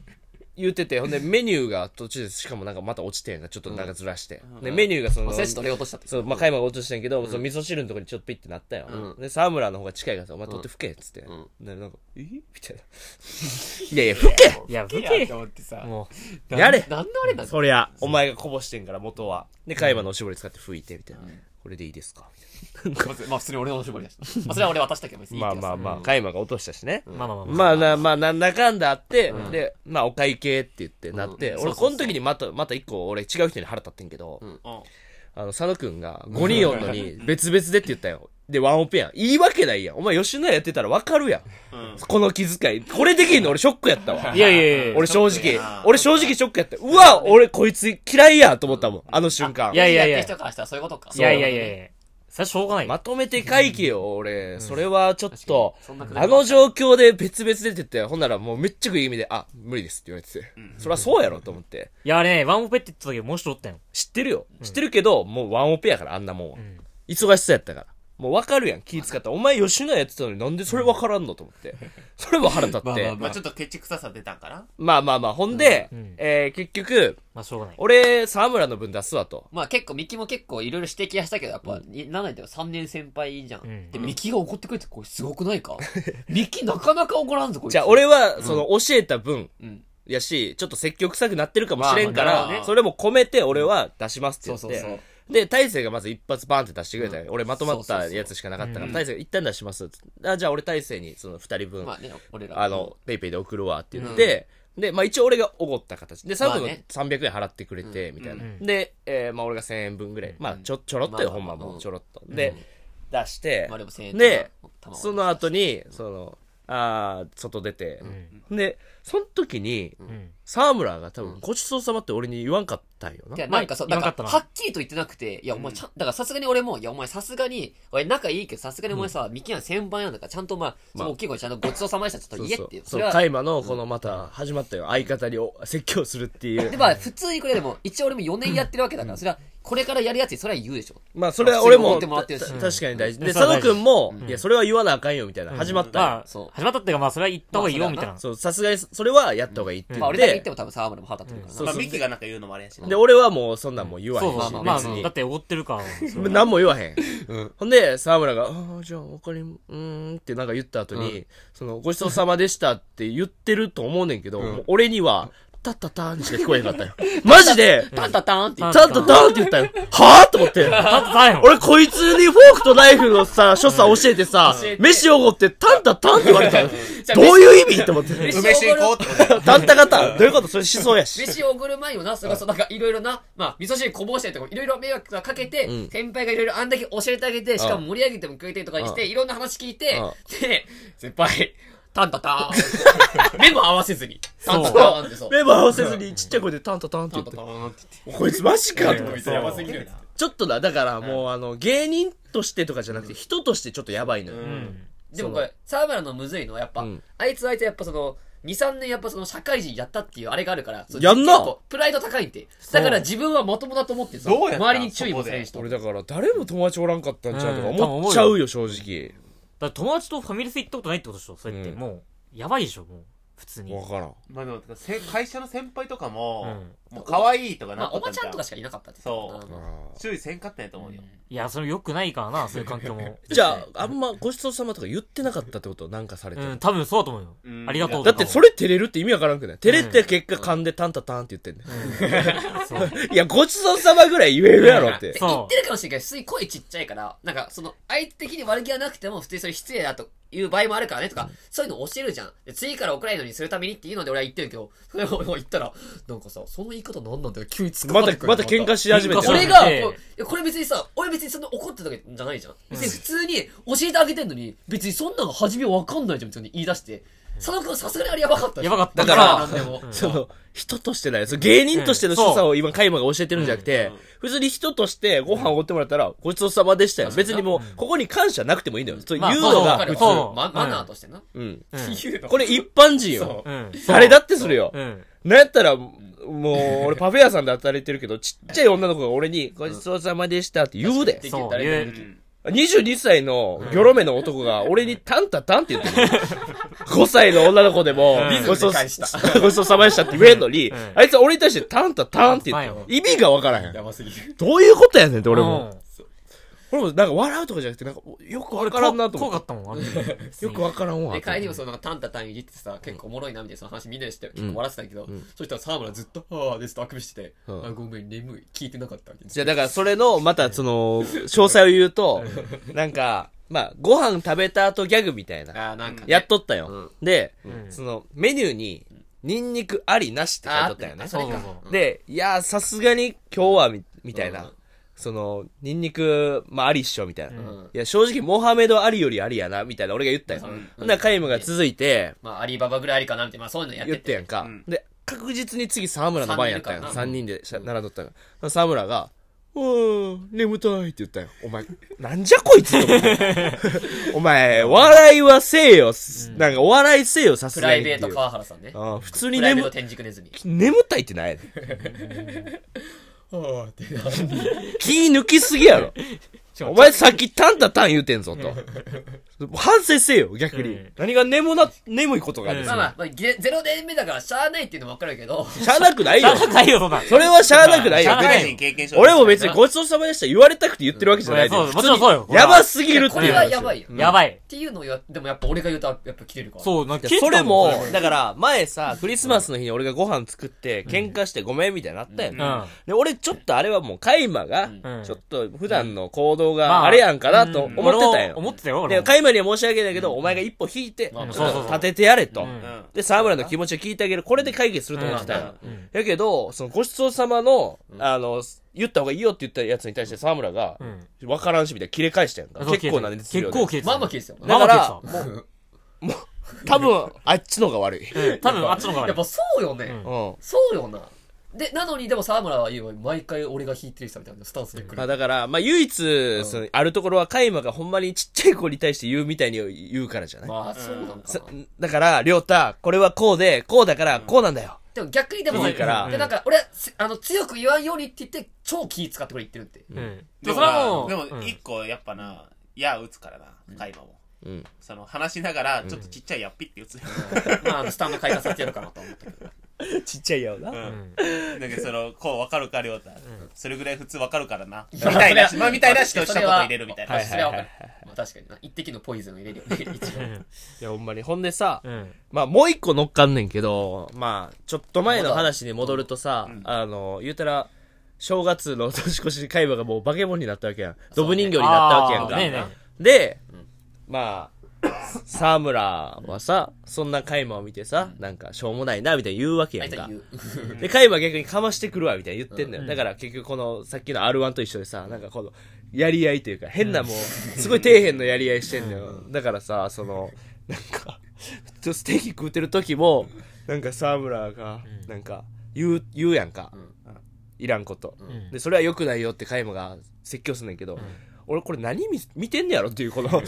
A: 言ってて、ほんでメニューが途中で、しかもなんかまた落ちてんが、ちょっとなんかずらして。で、メニューがその、
C: おせち取れ落としたって。
A: そう、まあ、カイマが落としてんけど、その味噌汁のとこにちょっとピッてなったよ。で、沢村の方が近いからさ、お前取って吹けっつって。で、なんか、えみたいな。 い やいや、吹け
B: いや、
C: い
B: 武
C: や
B: 器
C: と。思ってさ。
A: もう、
C: な
A: やれ
C: なんで俺なんだ
A: そりゃ、お前がこぼしてんから、元は。で、カイマのおしぼり使って吹いて、みたいな。これでいいですかみたい
C: まあ普通に俺のおしぼりだし。まあそれは俺渡したけど別にいい
A: な。
C: け
A: まあ
C: ど
A: ま
C: さ
A: あまあ、カイマが落としたしね。
B: まあまあまあまあ。
A: まあな、まあなんだかんだあって、で、まあお会計って言ってなって、俺この時にまた、また一個俺違う人に腹立ってんけど、
D: うん
A: あの、佐野くんが5人おんのに別々でって言ったよ。で、ワンオペやん。いいわけないやん。お前吉野家やってたらわかるやん。
D: うん
A: この気遣い。これできんの俺ショックやったわ
B: い。やいやいや。
A: 俺正直
D: やな、
A: 俺正直ショックやった。うわ、俺こいつ嫌いやと思ったもん。あの瞬間
B: い。やいやいや
C: やってる人からしたらそういうことか。
B: いやいやいやいや。それはしょうがない。
A: まとめて会議よ、俺。それはちょっと、
C: そんなくら
A: あ
C: い
A: の状況で別々でって言って、ほんならもうめっちゃ食い意味で、あ、無理ですって言われてて。そりゃそうやろと思って。
B: いや、あれね、ワンオペって言ってた時もう一人おったよ。
A: 知ってるよ。知ってるけど、もうワンオペやから、あんなもんは
B: ん。
A: 忙しそうやったから。もうわかるやん、気使った。お前吉野家やってたのになんでそれわからんのと思 って。それも腹立っ
C: まあまあ
A: て。
D: まあちょっとケチ臭さ出たんかな
A: まあまあまあ、ほんで
B: うん、
A: えー結局、
B: まあしょうがない。
A: 俺、沢村の分出すわと。
C: まあ結構、ミキも結構いろいろ指摘はしたけど、やっぱ、いなんないんだよ、3年先輩じゃん。
B: ん
C: で、ミキが怒ってくれて、これすごくないか ミキなかなか怒らんぞ、こいつ。
A: じゃあ、俺は、その、教えた分、
C: うん。
A: やし、ちょっと積極臭くなってるかもしれんか
C: まあまあまあ
A: ら、
C: ね
A: それも込めて俺は出しますって
C: そ
A: 言っ
C: う
A: て。
C: そうそう。
A: で、大勢がまず一発バーンって出してくれたよ。俺まとまっ
C: そうそう
A: た
C: そう
A: やつしかなかったか
B: う
A: ら、
B: ん
A: 大勢が一旦出しますって。あじゃあ俺大勢に、その二人分、
C: まあね、俺ら。
A: あの、ペイペイで送るわって言って、で、まあ一応俺がおごった形。で、サブの
C: まあね
A: 300円払ってくれて、みたいな
B: うん。
A: で、えーまあ俺が1000円分ぐらい。まあちょ、ちょろっとよ、
C: ま
A: ほ
C: あ
A: ん
C: ま
A: ま
C: あ
A: もうちょろっと。
C: ん
A: で、出して
C: まあでも1000、円
A: で
C: とか、まあ
A: その後に、その、ああ、外出て。で、その時に、
B: うん。
A: 沢村が多分、ごちそうさまって俺に言わんかったんよな。
C: いや、なんかそう、
B: まあ
C: なんか
B: 言わんかっ
C: は
B: た、な
C: っきりと言ってなくて、いや、お前ちゃん、だからさすがに俺も、いや、お前さすがに、俺仲いいけど、さすがにお前さ、ミキは先輩なんだから、ちゃんとまあ、そ
A: まあ
C: の大きい声ちゃんとごちそうさまでした、ちょっと言え
A: そう
C: っていう。
A: そ
C: そうれ
A: そう
C: は、
A: 大麻のこのまた始まったよ相方にお説教するってい
C: で、
A: う
C: まあ、普通にこれでも、一応俺も4年やってるわけだから、それは、これからやるやつにそれは言うでしょ。
A: まあそれは俺
C: ま
A: も
C: あ普通に思ってもらって
A: た
C: るした
A: 確かに大事で
B: それ
A: 佐
B: は
A: 野
B: 大事
A: 君もいやそれは言わなあかんよみたいな始まったよ
B: まあ、
C: そう
B: 始まったっていうか、まあそれは言った方がいいよ、
C: まあ
B: み
C: そ
B: た
C: れ
B: い
C: は
B: な
C: な。
A: そうさすがにそれはやった方がいいって言っ
C: まあ、俺だけ言って
A: て
C: も多分沢村も腹立ってるから
A: そう
C: な。
D: まあミキがなんか言うのもあれやしな
A: で俺はもうそんなんもう言わへ
B: そうんそ
A: し
C: ま
B: うそ
C: あ
B: う。ま
C: ま
B: あ、
C: あ
B: だっておって るから。
A: 何も言わへん。ほんで、沢村が、ああ、じゃあ、お金、うーんってなんか言った後に、その、ごちそうさまでしたって言ってると思うねんけど、もう俺には、タッタターンしか聞こえなかったよ。マジで、
C: タンタタンって言
A: タッ
C: って。
A: タターンって言ったよ。はぁと思って。
B: だってさよ。
A: 俺こいつにフォークとナイフのさ、所作教えてさ、飯おごってタンタタンって言われたよ。どういう意味って思って。
D: 梅酒行こうってこと
A: タンタカタン。どういうことそれ思想やし。
C: 飯を送る前にもな、それこそなんかいろいろな、まあ、味噌汁こぼしたりとか、いろいろ迷惑がかけて、
A: うん
C: 先輩がいろいろあんだけ教えてあげて、しかも盛り上げてもくれてとかにし
A: う
C: て、いろんな話聞いて
A: うん、
C: で、先輩、タンタタ ン。目も合わせずに、タンタタンってそう。
A: 目も合わせずにちっちゃい声でタンタタンって
C: タ
A: 言
C: ン
A: って
C: タタ。ンって
A: こいつマジかと
C: 言
A: 思
C: っ。
A: ってて。
C: やばすぎる
A: ちょっとだ、だからもうあの、芸人としてとかじゃなくて人としてちょっとやばいのよ。
B: うん。
C: でもこれ、沢村のむずいのはやっぱ、
A: うん
C: あいつはあいつやっぱその、2、3年やっぱその社会人やったっていうあれがあるから、そう
A: やんな
C: 結構プライド高いって。だから自分はまともだと思ってる
D: どうやった
C: 周りに注意もせんしと。
A: 俺だから誰も友達おらんかったんちゃうとか
B: うん多分
A: 思
B: 思
A: っ
B: う
A: ち
B: よ
A: ゃうよ正直
B: だから友達とファミレス行ったことないってことでしょそれって、
A: うん
B: もう、やばいでしょもう、普通に。
A: 分からん
D: まあでも、せ会社の先輩とかも、
C: ん
D: もう可愛いとか
C: ま
D: な
C: あ、
D: か
C: お
D: った
C: ば
D: ん
C: ち
D: じ
C: ゃ
D: ゃ
C: ん
D: ん
C: とかしかいなかったって
D: そ
C: うん
D: 注意せんかったんやと思うよ。
B: いや、それ良くないからな、そういう環境も。
A: じゃああんまごちそうさまとか言ってなかったってことなんかされて
B: うん、多分そうだと思うよ。
D: うん
B: ありがとう
A: だってそ
B: れ、
A: れ照れるって意味わからんくない照れて結果噛んでタンタタンって言ってんね
B: うんそ う。
A: んいやごちそうさまぐらい言えるやろって
C: で
B: そう
C: 言ってるかもしれないけど、普通に声ちっちゃいから、なんか、その、相手的に悪気はなくても、普通にそれ失礼だという場合もあるからね、とか、そういうの教えるじゃん。で、次から怒らないのにするためにっていうので俺は言ってるけど、 それを言ったら、なんかさ、その言い方なんなんだよ、急に突っ
A: また
C: てくる
A: また喧嘩し始め
B: 喧嘩
A: て
B: する
A: る
C: 俺が、こう
B: ええ
C: いやこれ別にさ、俺別にそんな怒ってたわけじゃないじゃん。別に普通に教えてあげてんのに、別にそんなの初めわかんないじゃん、別に言い出して。佐野くんさすがにあれやばかったでしょ
B: やばかった
A: だから
C: なんでも。
A: その、人としてだよ。その芸人としての所作を今、カイマが教えてるんじゃなくて、普通に人としてご飯をおごってもらったら、ごちそうさまでしたよ。別にもう、ここに感謝なくてもいいんだよ。そう
B: まあ
A: 言う
B: そ
A: の
B: う
A: が
B: わか
A: 普
B: る
A: 通。
B: そう
C: まマナーとしてな。
A: うん。
B: うん
C: 言うの
A: これ一般人よ。
B: うん。そう
A: 誰だってするよ
B: う。ん。
A: なんやったら、もう、俺パフェ屋さんで働いてるけど、ちっちゃい女の子が俺に、ごちそうさまでしたって言うで
C: で。き
B: そ
C: る
B: う
C: 誰でもでき
D: う
C: る。
D: ん
A: 22歳のギョロ目の男が俺にタンタタンって言ってる。5歳の女の子でも
B: う、ん
A: ごちそう
C: リズムで返 し、
A: ごちそうさまでしたって言えんのに
B: うん、
A: あいつは俺に対してタンタタンって言ってる
B: タンタ。
A: 意味がわから へん。
C: ばすぎる。
A: どういうことやねんって 俺
B: う
A: も。
B: ん。
A: 俺もなんか笑うとかじゃなくて、なんかよくわからんなと思
B: 怖
A: っ
B: かったもん、あれ。
A: て。よくわからんわ
C: で、。帰りもそのなんかタンタタンいじってさ、結構おもろいなみたいなその話みんなでして、結構笑ってたけど、そしたら沢村ずっと、ああ、ですとあくびしてて、
A: うん
C: あごめん、眠い、聞いてなかったわけです。
A: じゃあだからそれの、またその、詳細を言うと、なんか、まあ、ご飯食べた後ギャグみたいな。
C: ああ、なんかね、
A: やっとった
C: う
A: よ
C: ん。
A: で、
B: うん
A: その、メニューに、ニンニクありなしって書い
C: あ
A: と
C: あ
A: ったよね。
C: それ
B: そう
C: か
B: そうそ。
A: で、いやー、さすがに今日はみ、みたいな。
C: うん
A: その、ニンニク、まあ、ありっしょ、みたいな。
B: うん
A: いや、正直、モハメドありよりありやな、みたいな、俺が言ったよ。
C: うん
A: ほんなら、カイムが続いて、
C: まあ、アリババぐらいありかなみたいな、まあそういうのやっ
A: 言ってて
C: て。
A: やんか。
D: うん
A: で、確実に次、沢村の番やったやん。3
C: 三
A: 人でしゃ並んどったから。沢村が、うーん、眠たいって言ったよ。お前、なんじゃこいつと思って。 お前、笑いはせえよ。なんか、お笑いせえよ、さす
C: プ
A: が
C: ラ
A: にっ
C: イ
A: てい
C: ベ
A: う。
C: ート川原さんね。
A: あー普通に
C: プライベー
A: 眠
C: ト、天竺ネズミ。
A: 眠たいってない
C: ああ、ってな。
A: 気抜きすぎやろ。お前さっきタンタタン言うてんぞと。反省せよ、逆に。
B: うん
A: 何が眠な、眠いことがあるんです
C: まあ
A: よ
C: まあ、まあ、ゲゼロ年目だからしゃあないっていうのもわかるけど、
A: しゃあなくないよ。
B: 高いよ、そんなん。
A: それはしゃあなくないよ
B: しゃあ
D: 社
B: な
D: 会
A: 別
B: い
A: に。
D: 人経験者
A: 俺も別にごちそうさまでした言われたくて言ってるわけじゃないで。
B: うんそう
A: 普通に
B: もちろんそうよ
A: やばすぎるって
C: こ
A: いう話
C: れはやばいよ。
B: や
C: い。っ
B: ばい。
C: ていうのをや、でもやっぱ俺が言うと、やっぱ切れるから。う。
B: そう、なんか
A: いやそれも
B: 聞いて、
A: だから前さ、クリスマスの日に俺がご飯作って、喧嘩してごめんみたいになったやん。
B: たもん
A: で、俺ちょっとあれはもう、カイマが、
B: うん。うん
A: ちょっと普段の行動
B: ま
A: があれやんかなと
B: う
A: 思ってた
B: 俺
A: よ。
B: も思ってたよ、俺
A: で、
B: も。
A: カイマには申し訳ないけど、お前が一歩引いて、
C: まあ
B: そうそうそう
A: 立ててやれと。
B: うん
D: うん
A: で、沢村の気持ちを聞いてあげる。これで解決すると思ってたよ。
B: うん
A: やけど、そのごちそうさまの、あの、言った方がいいよって言ったやつに対して沢村が
B: う、ん。
A: わからんしみたいな切れ返したやんか。結構な熱量で。
B: 結構消えてた。
C: まあまあ消えてたよ。
A: だから、
B: まあまあ
A: もう、もう、多分、あっちの方が悪い。うん。
B: うん多分あっちの方が悪
C: やっ
B: い。
C: ぱそうよね。
B: うん
C: そうよな。で、なのに、でも沢村は言うわ毎回俺が弾いてる人みたいなスタンスで来
A: まあ
C: る。
A: だから、まあ唯一、その、あるところは、カイマがほんまにちっちゃい子に対して言うみたいに言うからじゃない
C: まあ、そうなんか
A: さ
C: な。
A: だから、りょうた、これはこうで、こうだから、こうなんだよ。
C: でも逆にでも、
A: いいから
C: で、なんか俺、せあの、強く言わんようにって言って、超気使ってこれ言ってるって。
B: うん。
D: で
B: で
D: も
B: それはもう、
D: なで
B: う
D: も
B: ん
D: 一個やっぱな、矢打つからな、会話も。
A: うん。
D: その話しながら、ちょっとちっちゃいやっぴって打つ。
C: まああの、スタンド開花させてやるかなと思ったけど。
A: ちっちゃいよな。
B: うん
D: だけどその、こうわかるか、りょうた。それぐらい普通わかるからな。みたいなし、まあみたいなしとしたこと入れるみたいな。
C: まあ
A: い
C: それはわかる。まあ確かにな。一滴のポイズンを入れるよね、一応。
A: いや、ほんまに。ほんでさ、
B: うん。
A: まあ、もう一個乗っかんねんけど、まあ、ちょっと前の話に戻るとさ、あの、言うたら、正月の年越し会話がもう化け物になったわけやん。ドブ人形になったわけやんか。
B: あーねえね
A: で、まあ、沢村はさ、そんな会話を見てさ、なんか、しょうもないな、みたいな言うわけや
C: あい
A: ん
C: つは
A: か
C: 言。う。
A: で、会話逆にかましてくるわ、みたいな言ってんのよ。
B: うん
A: だから結局この、さっきの R1 と一緒でさ、なんかこの、やり合いというか、変なもう、すごい底辺のやり合いしてんのよ。だからさ、その、なんか、ちょっとステーキ食うてる時も、なんか沢村が、なんか、言う、言うやんか。いらんこと。
B: ん
A: で、それは良くないよって会話が説教すんねんけど、俺これ何見見てんねやろっていう、この、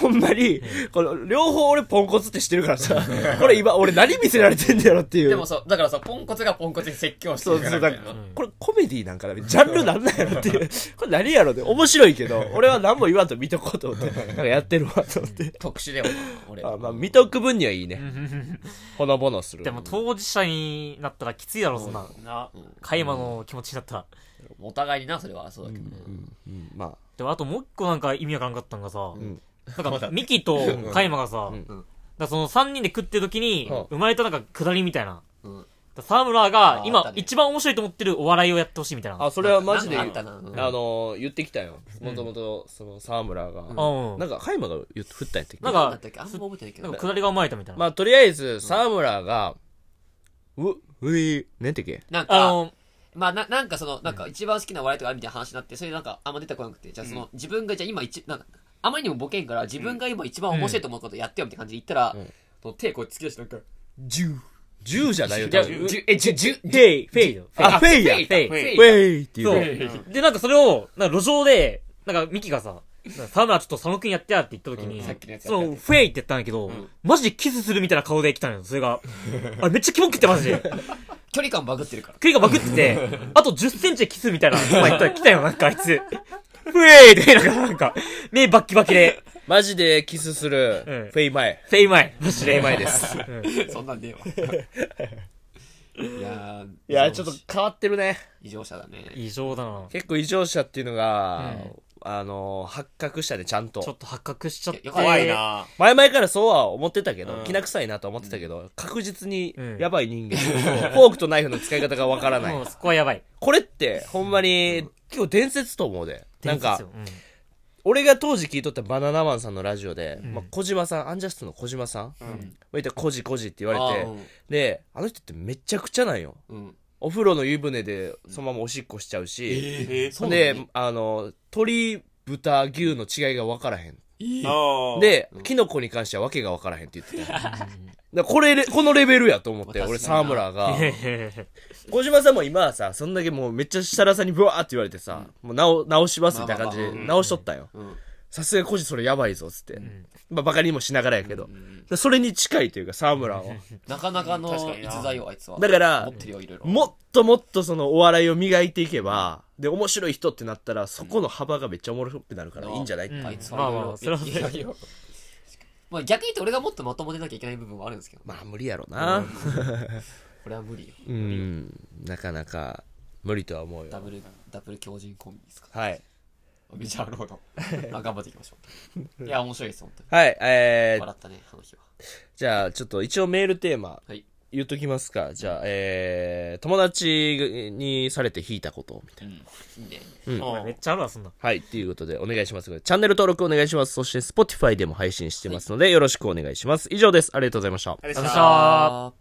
A: ほんまに、この、両方俺ポンコツってしてるからさ、これ今俺何見せられてんねやろっていう。
C: でもそう、だからさ、ポンコツがポンコツに説教して
A: そう
C: る
A: そう
C: か
A: だ
C: ら
A: か
C: みたい
A: ら
C: な。
A: これコメディなんかなジャンルなんなんやろっていう。これ何やろって。面白いけど、俺は何も言わんと見とこうと思って、なんかやってるわと思って。
C: 特殊だよな、俺。
A: あまあ、見とく分にはいいね。ほのぼのする。
B: でも当事者になったらきついだろ、そんな。
D: な
B: 買い物の気持ちになったら。
C: お互いにな、それはそうだけどね。
A: うん、まあ、
B: でもあともう一個なんか意味わからんかったんがさ、
A: ん
B: なんかミキとカイマがさ、
A: ん
B: だからその三人で食ってる時に
A: うん、
B: 生まれたなんか下りみたいな。
C: うん
B: だから沢村
C: あ
B: が
C: ーあった
B: 今
C: ね
B: 一番面白いと思ってるお笑いをやってほしいみたいな。
A: あ、それはマジで
C: な
A: 言
C: ん
A: う
C: かあったなうん
A: あのー、言ってきたよ。もともと、その、沢村が。
B: うん
A: なんか、カイマが言って振ったんやったっけ
B: なんか
C: なんだっけあんま覚えてないけ
B: なん
C: ど
B: か。下りが生まれたみたいな。
A: まあ、とりあえず、沢村が、う、うい、なんてっけ
C: なん
B: あ
C: か、
B: の、
C: まあな、なんかその、なんか一番好きな笑いとかあるみたいな話になって、それでなんかあんま出てこなくて、じゃあその、自分がじゃあ今一、なんか、あまりにもボケんから、自分が今一番面白いと思うことやってよみたいな感じで言ったら、その手こう突き出してなんか、
A: ジュジュじゃないよ、
C: じゃ
A: 多
C: あ、
A: 分。
C: じゅ、え、じゅ、じゅ、
B: フェイ、フェイよ。
A: あ、フェイや。
C: フ
A: フ
C: ェイ
B: フェ
D: イ
A: ェイって
B: そう
A: いう。
B: で、なんかそれを、なんか路上で、なんかミキがさ、なんか沢村ちょっと佐野くんやってやって言った時に、
C: うんさっきのやつやっ
B: そ
C: て
B: の、フェイって言ったんだけど、マジでキスするみたいな顔で来たのよ、それが。あれめっちゃキモくってマジで。
C: 距離感バグってるから。
B: クリがバグってて、あと10センチでキスみたいな、お前来たよ、なんかあいつ。ふえーって、なんか、なんか、目バッキバキで、
A: マジでキスする、
B: うん
A: フェイ前。
B: フェイ前、マジ
A: フェ
B: で
A: イ
B: 前
A: 前
B: で。
A: です。
C: そんなんねえわ。いやー、
A: いや、ちょっと変わってるね。
C: 異常者だね。
B: 異常だな。
A: 結構異常者っていうのが、あの、発覚したね、ちゃん
B: ちょ
A: と。
B: っと発覚しちゃって。
D: 怖い。な
A: 前々からそうは思ってたけ
D: う
A: ど、
D: ん
A: きな臭いなとは思ってたけど、確実に
B: うん
A: やばい人間。 フォークとナイフの使い方がわからない
B: もう、。そこはやばい。
A: これって、ほんまに、結構伝説と思うで。なん
B: 伝説
A: か
B: よ、うん
A: 俺が当時聞いとったバナナマンさんのラジオで、まあ、小島さん、アンジャストの小島さん、まあいたらコジコジって言われて
C: あーうん、
A: で、あの人ってめちゃくちゃなんよ。
C: うん。
A: お風呂の湯船でそのままおしっこしちゃうし、
D: え
C: そうなの
A: で、あの、鶏、豚、牛の違いが分からへん。
D: あー
A: で、キノコに関しては訳が分からへんって言ってた。 だからこれ、このレベルやと思って、
C: まあ
A: 俺、
C: 確か
A: 沢
C: にな
A: 村が。
B: へへへ
A: 小島さんも今はさ、そんだけもうめっちゃ設楽さんにブワーって言われてさ、もう直直しますみたいな感じで
C: まあまあ
A: 直しとったんよ
C: ん。
A: さすがコジそれやばいぞっつって。まあバカにもしながらやけど。でそれに近いというか、沢村は。
C: なかなかの
D: 確かに
C: 逸
D: な
C: 材よ、あいつは。
A: だから
C: 持っ、てるよ、いろいろ。
A: もっともっとそのお笑いを磨いていけば、で、面白い人ってなったら、そこの幅がめっちゃおもろくなるから、いいんじゃないって
B: うん
C: あいつは。
B: まあまあそれはい
C: やいやいやまあ逆に言って俺がもっとまともでなきゃいけない部分はあるんですけど、まあ、
A: まあ無理やろな。
C: これは無理よ。
A: うん、なかなか無理とは思うよ
C: ダ。ブル、ダブル強靭コンビですか。
A: はい。
C: メジャーロード。まあ頑張っていきましょ う。いや、面白いです、本当に。
A: はい、えー、
C: 笑ったね、あの日は。
A: じゃあちょっと一応メールテーマ
C: はい。
A: 言っときますか。じゃあ、えー、友達にされて引いたことみたいな。
C: いいね。
D: うん
B: めっちゃあるわ、そんな。
A: はい、ということでお願いします。チャンネル登録お願いします。そして Spotify でも配信してますので、よろしくお願いします。以上です。ありがとうございました。
D: あれ
B: ありがとうございまし
D: さ
B: たあー